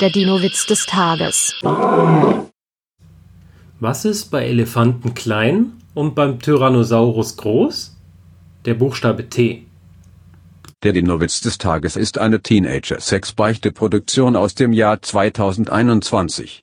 Der Dino-Witz des Tages. Was ist bei Elefanten klein und beim Tyrannosaurus groß? Der Buchstabe T. Der Dinowitz des Tages ist eine Teenager-Sex-Beichte-Produktion aus dem Jahr 2021.